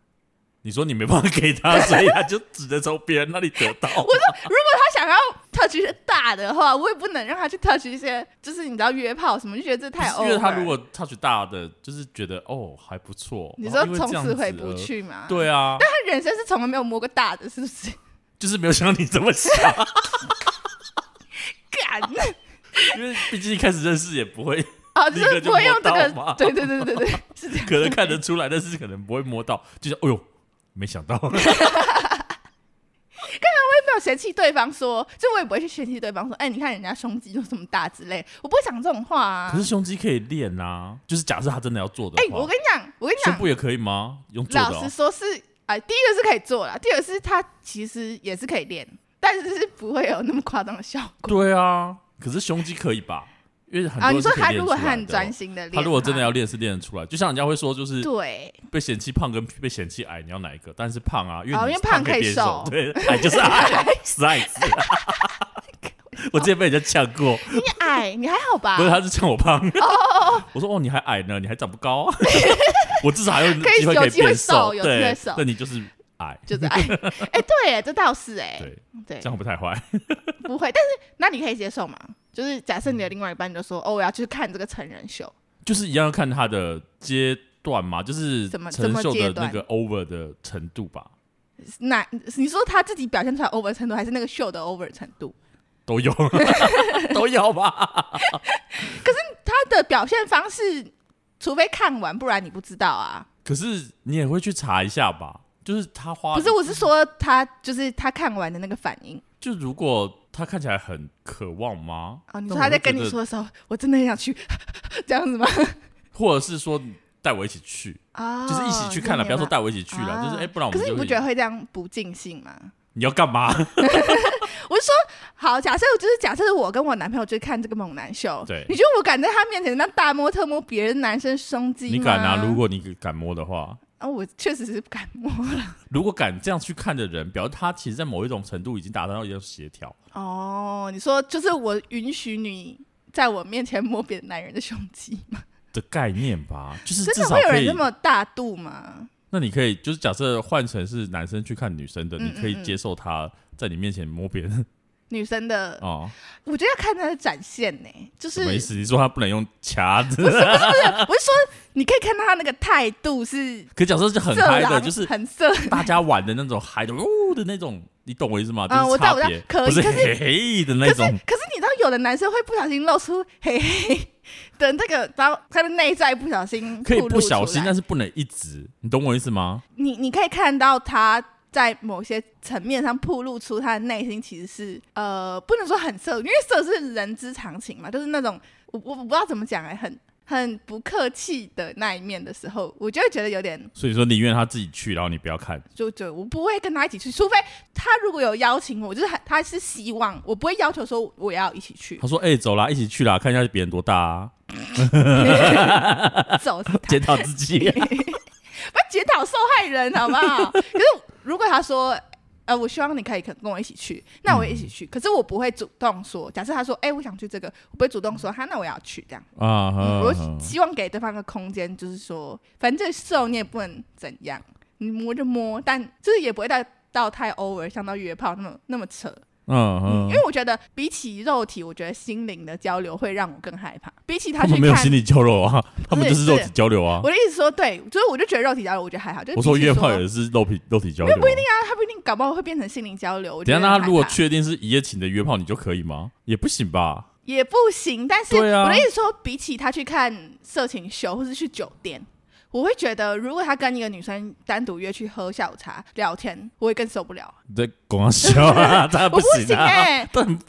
Speaker 1: 你说你没办法给他，所以他就只能从别人那里得 到。
Speaker 2: 他想要 touch 一些大的话，我也不能让他去 touch 一些，就是你知道约炮什么，就觉得这太
Speaker 1: 不
Speaker 2: over。
Speaker 1: 是因为他如果 touch 大的，就是觉得哦还不错。
Speaker 2: 你
Speaker 1: 哦
Speaker 2: 说
Speaker 1: 因为
Speaker 2: 从
Speaker 1: 这样
Speaker 2: 此回
Speaker 1: 子
Speaker 2: 不
Speaker 1: 而
Speaker 2: 去嘛？，
Speaker 1: 对啊，
Speaker 2: 他人生是从来没有摸过大的，是不是？
Speaker 1: 就是没有想到你这么想，
Speaker 2: 干，
Speaker 1: 因为毕竟一开始认识也不会，
Speaker 2: 啊，
Speaker 1: 立
Speaker 2: 就
Speaker 1: 刻
Speaker 2: 是
Speaker 1: 就
Speaker 2: 不会用
Speaker 1: 摸
Speaker 2: 这
Speaker 1: 到
Speaker 2: 个
Speaker 1: 嘛，
Speaker 2: 对对对对对，是这样。
Speaker 1: 可能看得出来，但是可能不会摸到，就是哎呦没想到。
Speaker 2: 没有嫌弃对方说， 就我也不会去嫌弃对方说，哎、你看人家胸肌就这么大之类，我不会讲这种话啊
Speaker 1: 可。是啊胸肌可以练啊，就是假设他真的要做的
Speaker 2: 哎、
Speaker 1: 话，
Speaker 2: 我跟你讲，我跟你
Speaker 1: 胸
Speaker 2: 讲，
Speaker 1: 部也可以吗？用做的
Speaker 2: 老
Speaker 1: 哦
Speaker 2: 实。说是，啊、第一个是可以做啦，第二个是它其实也是可以练，但是是不会有那么夸张的效果。
Speaker 1: 对啊，可是胸肌可以吧？因为很多
Speaker 2: 啊，你
Speaker 1: 人是
Speaker 2: 说
Speaker 1: 可以
Speaker 2: 他
Speaker 1: 练
Speaker 2: 如
Speaker 1: 出
Speaker 2: 果
Speaker 1: 来的哦
Speaker 2: 他很专心的练，
Speaker 1: 他如果真的要练是练得出来，就像人家会说，就是
Speaker 2: 对，
Speaker 1: 被嫌弃胖跟 被嫌弃矮，你要哪一个？但是胖啊，因为
Speaker 2: 哦
Speaker 1: 你
Speaker 2: 因为
Speaker 1: 胖
Speaker 2: 胖
Speaker 1: 可
Speaker 2: 可以
Speaker 1: 变
Speaker 2: 瘦
Speaker 1: 对，矮就是 矮，死矮子。 我之前被人家呛过，
Speaker 2: 你矮你还好吧？
Speaker 1: 不是，他是呛我胖。 我说哦，你还矮呢，你还长不高。啊 我至少还有
Speaker 2: 可以
Speaker 1: 机会
Speaker 2: 有
Speaker 1: 可以
Speaker 2: 机会
Speaker 1: 变
Speaker 2: 瘦有机
Speaker 1: 对
Speaker 2: 会瘦，
Speaker 1: 那你就是矮，
Speaker 2: 就是矮，哎，对耶，这倒是哎，
Speaker 1: 对，
Speaker 2: 对
Speaker 1: 这，样会不太坏。
Speaker 2: 不会，但是那你可以接受吗？就是假设你
Speaker 1: 嗯
Speaker 2: 的另外一半就说，哦，我要去看这个成人秀，
Speaker 1: 就是一样要看他的阶段嘛，就是
Speaker 2: 怎么
Speaker 1: 承
Speaker 2: 怎么
Speaker 1: 受
Speaker 2: 阶
Speaker 1: 的那
Speaker 2: 段
Speaker 1: 个 over 的程度吧，
Speaker 2: 那你说他自己表现出来 over 程度，还是那个秀的 over 程度？
Speaker 1: 都 有，都有吧。
Speaker 2: 他的表现方式，除非看完，不然你不知道啊。
Speaker 1: 可是你也会去查一下吧，就是他花
Speaker 2: 不是，我是说他就是他看完的那个反应
Speaker 1: 就如果他看起来很渴望吗？
Speaker 2: 啊、哦。你
Speaker 1: 那
Speaker 2: 说
Speaker 1: 我
Speaker 2: 他
Speaker 1: 会
Speaker 2: 在跟
Speaker 1: 觉
Speaker 2: 你
Speaker 1: 得，
Speaker 2: 说的时候，我真的很想去 这样子吗？
Speaker 1: 或者是说带我一起去，
Speaker 2: 啊、
Speaker 1: 就是一起去看了，
Speaker 2: 这样也
Speaker 1: 不要说
Speaker 2: 蛮
Speaker 1: 带我一起去了，
Speaker 2: 啊
Speaker 1: 就是哎、不然我
Speaker 2: 可
Speaker 1: 们
Speaker 2: 是
Speaker 1: 就
Speaker 2: 你不
Speaker 1: 会
Speaker 2: 觉得会这样不尽兴吗？
Speaker 1: 你要干嘛？
Speaker 2: 啊我是说，好，假设就是假设我跟我男朋友去看这个猛男秀，
Speaker 1: 对
Speaker 2: 你觉得我敢在他面前那大摸特摸别人男生胸肌吗？
Speaker 1: 你敢啊？如果你敢摸的话，
Speaker 2: 啊，我确实是不敢摸了。
Speaker 1: 如果敢这样去看的人，表示他其实，在某一种程度已经达到一种协调。
Speaker 2: 哦，你说就是我允许你在我面前摸别的男人的胸肌吗？
Speaker 1: 的概念吧，就是
Speaker 2: 真
Speaker 1: 至
Speaker 2: 的
Speaker 1: 少
Speaker 2: 会有
Speaker 1: 可
Speaker 2: 人
Speaker 1: 以
Speaker 2: 这。么大度吗？
Speaker 1: 那你可以就是假设换成是男生去看女生的，
Speaker 2: 嗯
Speaker 1: 你可以
Speaker 2: 嗯嗯
Speaker 1: 接受他在你面前摸别人
Speaker 2: 女生的，
Speaker 1: 哦，
Speaker 2: 我觉得要看她的展现呢、就
Speaker 1: 什
Speaker 2: 呃是
Speaker 1: 么意思？你说他不能用卡 子？
Speaker 2: 我是说，你可以看到她那个态度是
Speaker 1: 可假设是很
Speaker 2: 色
Speaker 1: 嗨的，
Speaker 2: 狼
Speaker 1: 就是
Speaker 2: 很色。
Speaker 1: 大家玩的那种嗨的呜的那种，你懂我意思吗？就
Speaker 2: 嗯
Speaker 1: 是
Speaker 2: 我知道
Speaker 1: 差
Speaker 2: 我知道
Speaker 1: 别，
Speaker 2: 可以
Speaker 1: 不是
Speaker 2: 可是
Speaker 1: 嘿嘿的那
Speaker 2: 可是，
Speaker 1: 种。
Speaker 2: 可是你知道，有的男生会不小心露出嘿嘿的那个，然后他的内在不小心
Speaker 1: 可以
Speaker 2: 暴露
Speaker 1: 不小心，
Speaker 2: 出来
Speaker 1: 但是不能一直，你懂我意思吗？
Speaker 2: 你你可以看到他在某些层面上暴露出他的内心其实是呃，不能说很色，因为色是人之常情嘛，就是那种我我我不知道怎么讲哎、很很不客气的那一面的时候，我就会觉得有点
Speaker 1: 所以说宁愿他自己去，然后你不要看。
Speaker 2: 就就我不会跟他一起去，除非他如果有邀请我，就是他他是希望我不会要求说我要一起去
Speaker 1: 他说：“哎、走啦，一起去啦，看一下别人多大啊，
Speaker 2: 揍 死他
Speaker 1: 检，讨自己。
Speaker 2: 不要检讨受害人好不好？ 可是如果他说，呃，我希望你可以跟跟我一起去，那我也一起去。可是我不会主动说，假设他说，哎、我想去这个，我不会主动说，哈，那我也要去这样。
Speaker 1: 啊”
Speaker 2: 嗯
Speaker 1: 呵
Speaker 2: 我
Speaker 1: 呵
Speaker 2: 希望给对方一个空间，就是说，反正瘦你也不能怎样，你摸就摸，但就是也不会到到太 over，像到约炮那么那么扯。
Speaker 1: 嗯
Speaker 2: 嗯，
Speaker 1: 嗯，
Speaker 2: 因为我觉得比起肉体，我觉得心灵的交流会让我更害怕。比起他
Speaker 1: 他
Speaker 2: 去
Speaker 1: 们没有
Speaker 2: 看
Speaker 1: 心，理交流啊，他们就是肉体交流啊。
Speaker 2: 我的意思说，对，就是我就觉得肉体交流，我觉得还好。就是
Speaker 1: 我说
Speaker 2: 比起
Speaker 1: 约炮也是肉体肉体交流、啊。
Speaker 2: 那他不一定搞不好会变成心灵交流。我觉
Speaker 1: 等一下，
Speaker 2: 得
Speaker 1: 那
Speaker 2: 很
Speaker 1: 他
Speaker 2: 害
Speaker 1: 如果
Speaker 2: 怕
Speaker 1: 确定是一夜情的约炮，你就可以吗？也不行 吧？
Speaker 2: 也不行，但是
Speaker 1: 对啊
Speaker 2: 我的意思说，比起他去看色情秀或是去酒店，我会觉得如果他跟一个女生单独约去喝下午茶聊天，我会更受不了。
Speaker 1: 你在光笑啊， 当然
Speaker 2: 我不
Speaker 1: 啊行
Speaker 2: 行
Speaker 1: 啊。
Speaker 2: 哎、
Speaker 1: 但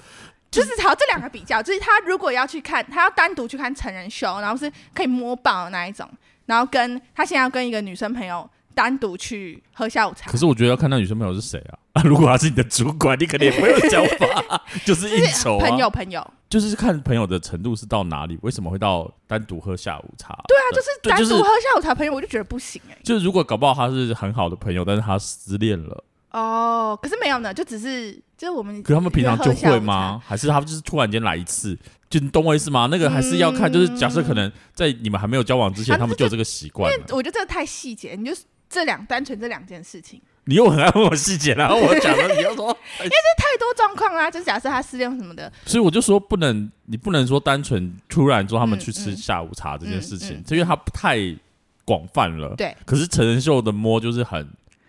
Speaker 2: 就是好这两个比较，就是他如果要去看，他要单独去看成人秀，然后是可以摸爆的那一种，然后跟他现在要跟一个女生朋友单独去喝下午茶
Speaker 1: 可，是我觉得要看那女生朋友是谁啊？啊，如果她是你的主管，你肯定也不会有想法， 就是应酬啊。
Speaker 2: 朋友朋友，
Speaker 1: 就是看朋友的程度是到哪里，为什么会到单独喝下午茶？
Speaker 2: 对啊，就是
Speaker 1: 对
Speaker 2: 单
Speaker 1: 就是
Speaker 2: 独喝下午茶朋友，我就觉得不行哎、
Speaker 1: 就是如果搞不好他是很好的朋友，但是他失恋了，
Speaker 2: 哦，可是没有呢，就只是就是我们。
Speaker 1: 可是他们平常就会吗？？还是他就是突然间来一次？就你懂我意思吗？那个还是要看，
Speaker 2: 嗯
Speaker 1: 就是假设可能在你们还没有交往之前，
Speaker 2: 啊
Speaker 1: 他们就有这个习惯了。
Speaker 2: 我觉得这个太细节，你就是这两单纯这两件事情，
Speaker 1: 你又很爱问我细节，然后我讲了，你要
Speaker 2: 嗯
Speaker 1: 说，
Speaker 2: 太多状况啦。就是假设他失恋什么的，
Speaker 1: 所以我就说不能，你不能说单纯突然说他们
Speaker 2: 嗯
Speaker 1: 去吃
Speaker 2: 嗯
Speaker 1: 下午茶这件事情，
Speaker 2: 嗯
Speaker 1: 因为它太广泛了。
Speaker 2: 对，
Speaker 1: 可是成人秀的摸就是很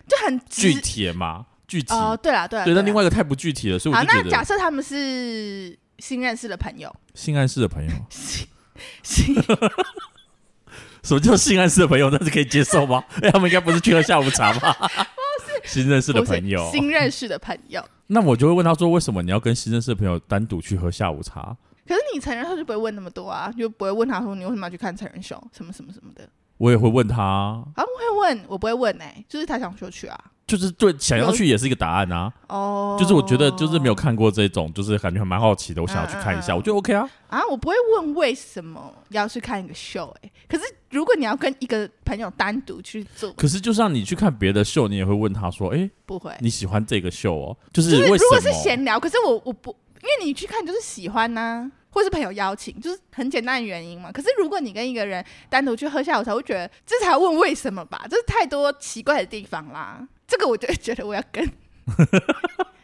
Speaker 2: 就很直
Speaker 1: 具体嘛，具体。
Speaker 2: 哦，对啦对啦。
Speaker 1: 对，那
Speaker 2: 啦
Speaker 1: 另外一个太不具体了，所以我
Speaker 2: 好，
Speaker 1: 就觉
Speaker 2: 那假
Speaker 1: 得
Speaker 2: 设他们是新认识的朋友，
Speaker 1: 性暗示的朋友，
Speaker 2: 新
Speaker 1: 什么叫性暗示的朋友？但是可以接受 吗？哎，他们应该不是去喝下午茶吗？ 新认识的
Speaker 2: 不是
Speaker 1: 朋友，
Speaker 2: 新认识的朋友。
Speaker 1: 那我就会问他说，为什么你要跟新认识的朋友单独去喝下午茶？
Speaker 2: 可是你成人后就不会问那么多啊，就不会问他说你为什么要去看成人秀什么什么什么的。
Speaker 1: 我也会问他，
Speaker 2: 欸啊，我会问，我不会问哎、就是他想说去啊，
Speaker 1: 就是对想要去也是一个答案啊。
Speaker 2: 哦，
Speaker 1: 就是我觉得就是没有看过这种，就是感觉还蛮好奇的，我想要去看一下，
Speaker 2: 嗯嗯嗯
Speaker 1: 我觉得 OK 啊。
Speaker 2: 啊，我不会问为什么要去看一个秀、欸，可是如果你要跟一个朋友单独去做，
Speaker 1: 可是就像你去看别的秀，你也会问他说：“哎、
Speaker 2: 不会。
Speaker 1: 你喜欢这个秀哦？”就是
Speaker 2: 就是
Speaker 1: 为
Speaker 2: 如
Speaker 1: 什
Speaker 2: 果是
Speaker 1: 么？
Speaker 2: 闲聊，可是我我不，因为你去看就是喜欢呐、或是朋友邀请，就是很简单的原因嘛。可是如果你跟一个人单独去喝下午茶，我觉得这才要问为什么吧，这是太多奇怪的地方啦。这个我就会 觉得我要 跟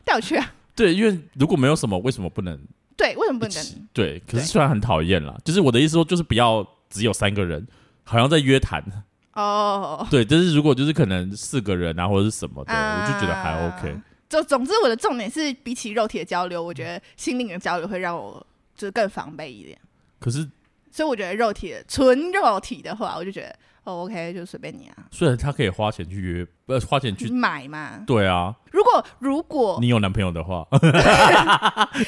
Speaker 2: 带我去啊，
Speaker 1: 对，因为如果没有什么，为什么不能
Speaker 2: 对，为什么不
Speaker 1: 一
Speaker 2: 能？
Speaker 1: 起？对，可
Speaker 2: 对
Speaker 1: 是虽然很讨厌啦，就是我的意思说，就是不要只有三个人，好像在约谈。
Speaker 2: 哦，
Speaker 1: 对，但是如果就是可能四个人啊，或者是什么的，我就觉得还
Speaker 2: 啊
Speaker 1: OK。。
Speaker 2: 就总之，我的重点是，比起肉体的交流，我觉得心灵的交流会让我就是更防备一点。
Speaker 1: 可是
Speaker 2: 所以我觉得肉体的纯肉体的话，我就觉得哦，OK，就随便你啊，
Speaker 1: 虽然他可以花钱去约，呃，花钱
Speaker 2: 你
Speaker 1: 去，
Speaker 2: 买嘛。
Speaker 1: 对啊，
Speaker 2: 如果如果
Speaker 1: 你有男朋友的话，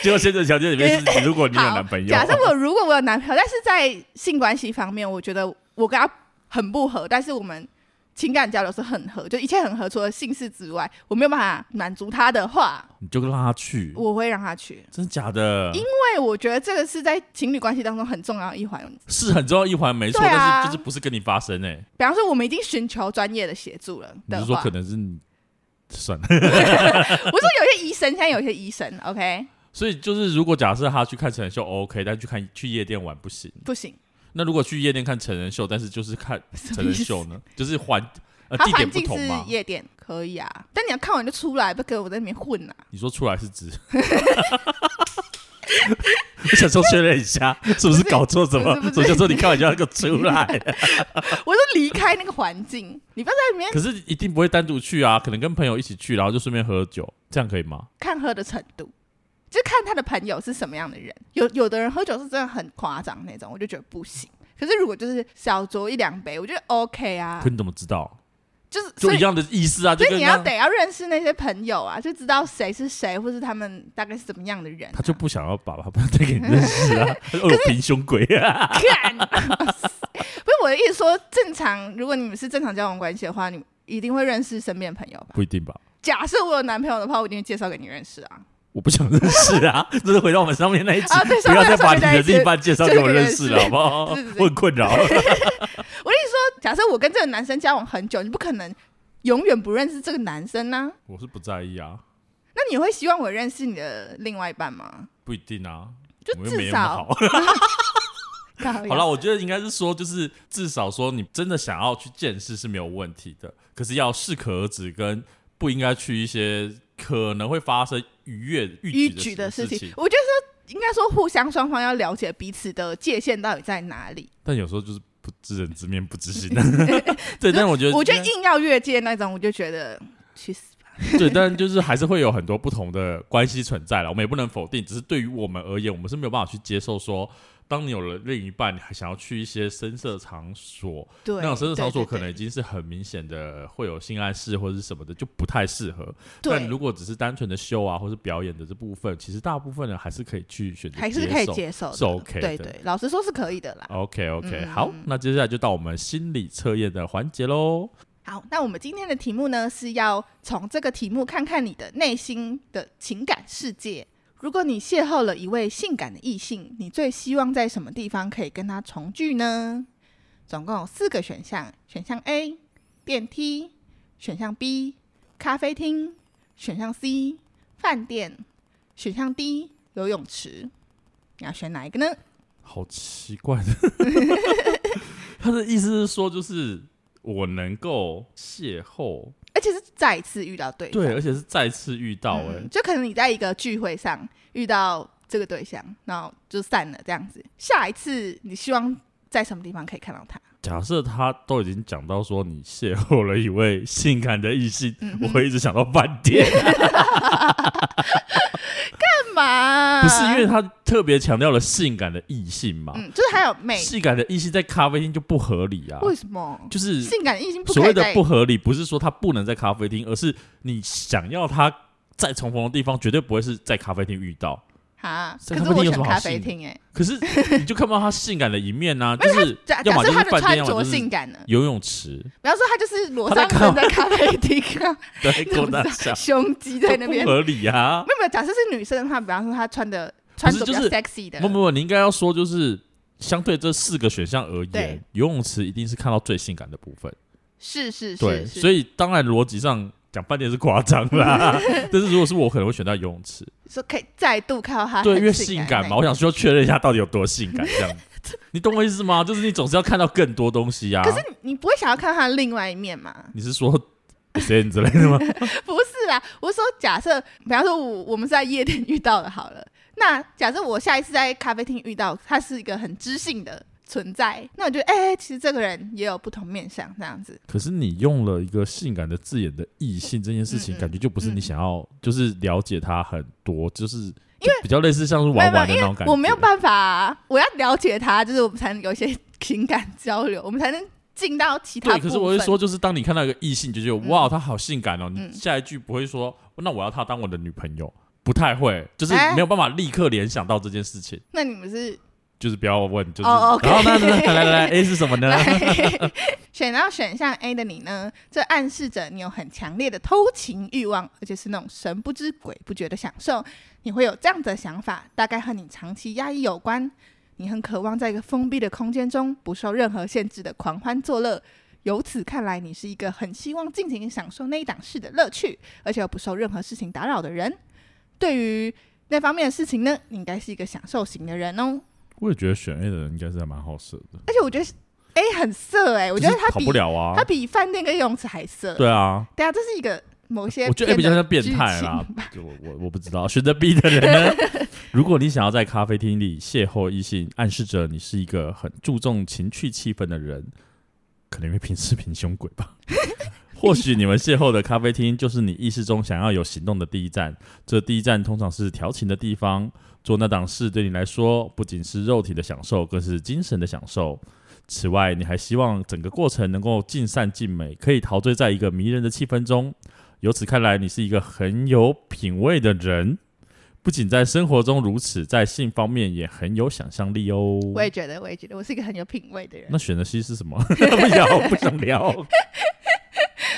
Speaker 1: 结果现在条件里 面是，如果你有
Speaker 2: 好
Speaker 1: 男朋友，
Speaker 2: 假设我如果我有男朋友，但是在性关系方面，我觉得我跟他很不合，但是我们情感交流是很合，就一切很合，除了性事之外，我没有办法满足他的话，
Speaker 1: 你就让他去，
Speaker 2: 我会让他去，
Speaker 1: 真假的？
Speaker 2: 因为我觉得这个是在情侣关系当中很重要的一环。
Speaker 1: 是很重要一环，没错，
Speaker 2: 对啊
Speaker 1: 但是就是不是跟你发生哎、
Speaker 2: 比方说，我们已经寻求专业的协助了
Speaker 1: 你
Speaker 2: 的
Speaker 1: 是说
Speaker 2: 话
Speaker 1: 可，能是你 算了，
Speaker 2: 我说有些医生，现在有些医生，OK，
Speaker 1: 所以就是如果假设他去看成人秀 OK，但去看去夜店玩不行。
Speaker 2: 不 行，
Speaker 1: 那如果去夜店看成人秀，但是就是 看成人秀呢，就是环呃
Speaker 2: 它
Speaker 1: 地点
Speaker 2: 环
Speaker 1: 不
Speaker 2: 境
Speaker 1: 同
Speaker 2: 是
Speaker 1: 嘛？
Speaker 2: 夜店，可以啊，但你要看完就出来，不要跟我在里面混啊。
Speaker 1: 你说出来是指？ 我想说确认一下，是不是搞错什么？
Speaker 2: 不是不是
Speaker 1: 我想说你看完就要给我出 来，
Speaker 2: 我说离开那个环境， 你不要在里面
Speaker 1: 可是一定不会单独去啊，可能跟朋友一起去，然后就顺便喝酒，这样可以吗？
Speaker 2: 看喝的程度，就看他的朋友是什么样的人。有有的人喝酒是真的很夸张那种，我就觉得不行。可是如果就是小酌一两杯，我觉得 OK 啊
Speaker 1: 可，你怎么知道？
Speaker 2: 就是
Speaker 1: 就
Speaker 2: 所
Speaker 1: 一
Speaker 2: 以
Speaker 1: 样的意思啊，就
Speaker 2: 所以
Speaker 1: 跟
Speaker 2: 你要
Speaker 1: 刚
Speaker 2: 得要认识那些朋友啊，就知道谁是谁，或是他们大概是怎么样的人啊、
Speaker 1: 他 就不想要把把再给你认识啊，他说哦，有平胸鬼啊，
Speaker 2: 看， 不是我的意思说，正常如果你们是正常交往关系的话，你一定会认识身边的朋友吧？
Speaker 1: 不一定吧？
Speaker 2: 假设我有男朋友的话，我一定会介绍给你认识啊。
Speaker 1: 我不想认识 啊，这是回到我们上面那一集
Speaker 2: 啊对，
Speaker 1: 不要再把
Speaker 2: 上面
Speaker 1: 你
Speaker 2: 那
Speaker 1: 的
Speaker 2: 一集
Speaker 1: 另一半介绍给我认识了，好不好？
Speaker 2: 是是是
Speaker 1: 我很困扰。
Speaker 2: 我跟你说，假设我跟这个男生交往很久，你不可能永远不认识这个男生呐、
Speaker 1: 我是不在意啊，
Speaker 2: 那你会希望我认识你的另外一半吗？
Speaker 1: 不一定啊，
Speaker 2: 就
Speaker 1: 我又没那么
Speaker 2: 至少
Speaker 1: 好。好
Speaker 2: 好
Speaker 1: 了，我觉得应该是说，就是至少说你真的想要去见识是没有问题的，可是要适可而止，跟不应该去一些可能会发生逾越逾
Speaker 2: 逾
Speaker 1: 矩
Speaker 2: 矩
Speaker 1: 的
Speaker 2: 的
Speaker 1: 事
Speaker 2: 事
Speaker 1: 情
Speaker 2: 情，。我觉得说应该说互相双方要了解彼此的界限到底在哪里。
Speaker 1: 但有时候就是不知人知面不知心。 对，但我觉得，
Speaker 2: 我觉得硬要越界那种，我就觉得去死吧。
Speaker 1: 对，但就是还是会有很多不同的关系存在了，我们也不能否定。只是对于我们而言，我们是没有办法去接受说，当你有了另一半，你还想要去一些深色场所，
Speaker 2: 对，
Speaker 1: 那种深色场所可能已
Speaker 2: 对
Speaker 1: 经是很明显的会有性暗示或者是什么的，就不太适合。
Speaker 2: 对
Speaker 1: 但如果只是单纯的秀啊，或是表演的这部分，其实大部分人还是可以去选择，
Speaker 2: 还是可以。接受的，
Speaker 1: 是 OK 的
Speaker 2: 对对，老实说是可以的啦。
Speaker 1: OK OK，、
Speaker 2: 嗯
Speaker 1: 好，那接下来就到我们心理测验的环节喽。
Speaker 2: 好，那我们今天的题目呢是要从这个题目看看你的内心的情感世界。如果你邂逅了一位性感的异性，你最希望在什么地方可以跟他重聚呢？总共有四个选项：选项 A 电梯，选项 B 咖啡厅，选项 C 饭店，选项 D 游泳池。你要选哪一个呢？
Speaker 1: 好奇怪的， 他的意思是说，就是我能够邂逅，
Speaker 2: 而且是再一次遇到对方，
Speaker 1: 对，而且是再次遇到、欸，哎、
Speaker 2: 嗯就可能你在一个聚会上遇到这个对象，然后就散了这样子。下一次你希望在什么地方可以看到他？
Speaker 1: 假设他都已经讲到说你邂逅了一位性感的异性，
Speaker 2: 嗯
Speaker 1: 我会一直想到饭 店，
Speaker 2: 干嘛？
Speaker 1: 不是因为他特别强调了性感的异性嘛？
Speaker 2: 嗯，就是还有美，
Speaker 1: 性感的异性在咖啡厅就不合理啊，
Speaker 2: 为什么？
Speaker 1: 就是
Speaker 2: 性感异性不
Speaker 1: 所
Speaker 2: 可
Speaker 1: 谓
Speaker 2: 以
Speaker 1: 的
Speaker 2: 在
Speaker 1: 不合理，不是说他不能在咖啡厅，而是你想要他在重逢的地方，绝对不会是在咖啡厅遇到。
Speaker 2: 哈，
Speaker 1: 这咖
Speaker 2: 可是
Speaker 1: 啡厅
Speaker 2: 我
Speaker 1: 有
Speaker 2: 喜
Speaker 1: 什么
Speaker 2: 欢
Speaker 1: 好
Speaker 2: 咖啡
Speaker 1: 信的
Speaker 2: 厅哎、
Speaker 1: 可是你就看不到他性感的一面 呐、就是
Speaker 2: 假
Speaker 1: 要
Speaker 2: 假
Speaker 1: 么
Speaker 2: 设
Speaker 1: 就
Speaker 2: 他的
Speaker 1: 饭
Speaker 2: 穿
Speaker 1: 店，要么就
Speaker 2: 着
Speaker 1: 是
Speaker 2: 性感呢，
Speaker 1: 游泳 池，
Speaker 2: 比方说他就是裸
Speaker 1: 他在
Speaker 2: 上身在咖啡厅啊，
Speaker 1: 对，
Speaker 2: 那
Speaker 1: 勾
Speaker 2: 种
Speaker 1: 大笑，
Speaker 2: 胸肌在那边
Speaker 1: 不。合理啊！
Speaker 2: 没有没有，假设是女生的话，比方说她穿的穿着比较
Speaker 1: 就是
Speaker 2: sexy 的，
Speaker 1: 不不不，你应该要说就是相对这四个选项而言
Speaker 2: 对，
Speaker 1: 游泳池一定是看到最性感的部分。
Speaker 2: 是是
Speaker 1: 对，
Speaker 2: 是是，
Speaker 1: 所以当然逻辑上讲半天是夸张 啦，但是如果是我，可能会选到游泳池，
Speaker 2: 说可以再度看到她
Speaker 1: 对，
Speaker 2: 啊很
Speaker 1: 因为
Speaker 2: 性
Speaker 1: 性感
Speaker 2: 感的
Speaker 1: 嘛，
Speaker 2: 那
Speaker 1: 我
Speaker 2: 一
Speaker 1: 想需要确认一下到底有多性感 这样子。你懂我意思吗？就是你总是要看到更多东西啊。
Speaker 2: 可是你不会想要看她的另外一面吗？
Speaker 1: 你是说 SM 之类的吗？
Speaker 2: 不是啦，我是说假设，比方说我我们是在夜店遇到的，好了，那假设我下一次在咖啡厅遇到，她是一个很知性的存在，那我觉得哎、其实这个人也有不同面相这样子。
Speaker 1: 可是你用了一个性感的字眼的异性这件事情，
Speaker 2: 嗯嗯
Speaker 1: 感觉就不是你
Speaker 2: 嗯
Speaker 1: 想要，就是了解他很多，就是因为比较类似像是
Speaker 2: 没
Speaker 1: 玩
Speaker 2: 有没有
Speaker 1: 玩的那种感觉。
Speaker 2: 我没有办法、我要了解他，就是我们才能有一些情感交流，我们才能进到其他
Speaker 1: 对，
Speaker 2: 部
Speaker 1: 可
Speaker 2: 分。
Speaker 1: 是我会说，就是当你看到一个异性，就觉得、
Speaker 2: 嗯
Speaker 1: 哇，她好性感哦。你
Speaker 2: 嗯
Speaker 1: 下一句不会说，哦那我要她当我的女朋友，不太会，就是
Speaker 2: 哎
Speaker 1: 没有办法立刻联想到这件事情。
Speaker 2: 那你们是
Speaker 1: 就是不要问，就是
Speaker 2: 哦，OK
Speaker 1: 然后那那来 来来，A 是什么呢？
Speaker 2: 来选到选项 A 的你呢？这暗示着你有很强烈的偷情欲望，而且是那种神不知鬼不觉的享受。你会有这样的想法，大概和你长期压抑有关。你很渴望在一个封闭的空间中，不受任何限制的狂欢作乐。由此看来，你是一个很希望尽情享受那一档事的乐趣，而且又不受任何事情打扰的人。对于那方面的事情呢，你应该是一个享受型的人哦。
Speaker 1: 我也觉得选 A 的人应该是还蛮好色的，
Speaker 2: 而且我觉得 A 很色哎、我觉得
Speaker 1: 就是
Speaker 2: 他
Speaker 1: 跑
Speaker 2: 比
Speaker 1: 不了啊
Speaker 2: 它。比饭店跟游泳池还色。
Speaker 1: 对啊，
Speaker 2: 对啊，这是一个某些
Speaker 1: 我觉得 A
Speaker 2: 片的
Speaker 1: 比较像变态啦
Speaker 2: 剧
Speaker 1: 就
Speaker 2: 情。
Speaker 1: 我我我不知道，选择 B 的 人呢？如果你想要在咖啡厅里邂逅异性，暗示着你是一个很注重情趣气氛的人，可能因为平时平胸鬼吧。或许你们邂逅的咖啡厅就是你意识中想要有行动的第一站，这第一站通常是调情的地方。做那档事对你来说不仅是肉体的享受，更是精神的享受。此外，你还希望整个过程能够尽善尽美，可以陶醉在一个迷人的气氛中。由此看来，你是一个很有品味的人，不仅在生活中如此，在性方面也很有想象力哦。
Speaker 2: 我也觉得，我也觉得，我是一个很有品味的人
Speaker 1: 那。选择 C 是什么？ 不要，不想聊。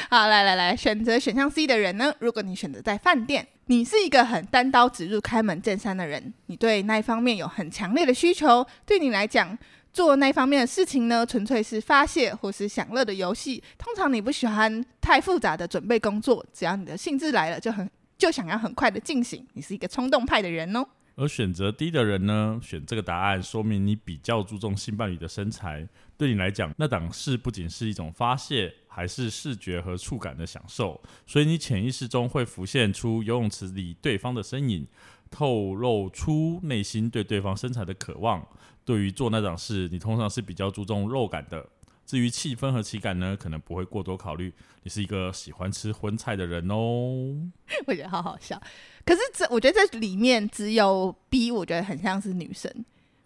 Speaker 2: 好，来来来，选择选项 C 的人呢？如果你选择在饭店，你是一个很单刀直入、开门见山的人，你对那一方面有很强烈的需求，对你来讲。做那方面的事情呢，纯粹是发泄或是享乐的游戏。通常你不喜欢太复杂的准备工作，只要你的兴致来了，就很就想要很快的进行。你是一个冲动派的人哦。
Speaker 1: 而选择 D 的人呢，选这个答案说明你比较注重性伴侣的身材。对你来讲，那档事不仅是一种发泄，还是视觉和触感的享受。所以你潜意识中会浮现出游泳池里对方的身影，透露出内心对对方身材的渴望。对于做那档事，你通常是比较注重肉感的。至于气氛和体感呢，可能不会过多考虑。你是一个喜欢吃荤菜的人哦。
Speaker 2: 我觉得好好笑。可是这，我觉得这里面只有 B，我觉得很像是女生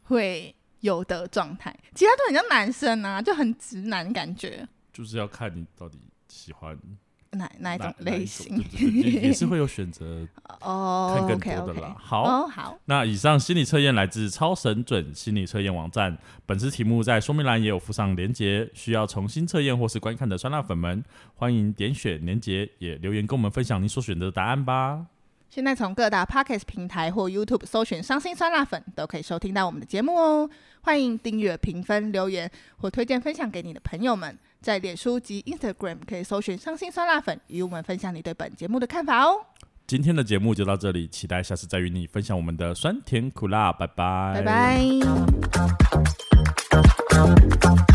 Speaker 2: 会有的状态，其他都很像男生啊，就很直男感觉。
Speaker 1: 就是要看你到底喜欢
Speaker 2: 哪哪一种类型
Speaker 1: 哪？一种对对对也也是会有选择看
Speaker 2: 哦
Speaker 1: 更
Speaker 2: ，OK
Speaker 1: 多的
Speaker 2: OK，
Speaker 1: 啦。好，
Speaker 2: 哦好，
Speaker 1: 那以上心理测验来自超神准心理测验网站，本次题目在说明栏也有附上连结，需要重新测验或是观看的酸辣粉们，欢迎点选连结，也留言跟我们分享你所选择的答案吧。
Speaker 2: 现在从各大 Podcast 平台或 YouTube 搜寻“伤心酸辣粉”，都可以收听到我们的节目哦。欢迎订阅、评分、留言或推荐分享给你的朋友们。在脸书及 Instagram 可以搜寻“伤心酸辣粉”，与我们分享你对本节目的看法哦。
Speaker 1: 今天的节目就到这里，期待下次再与你分享我们的酸甜苦辣，拜拜，
Speaker 2: 拜拜。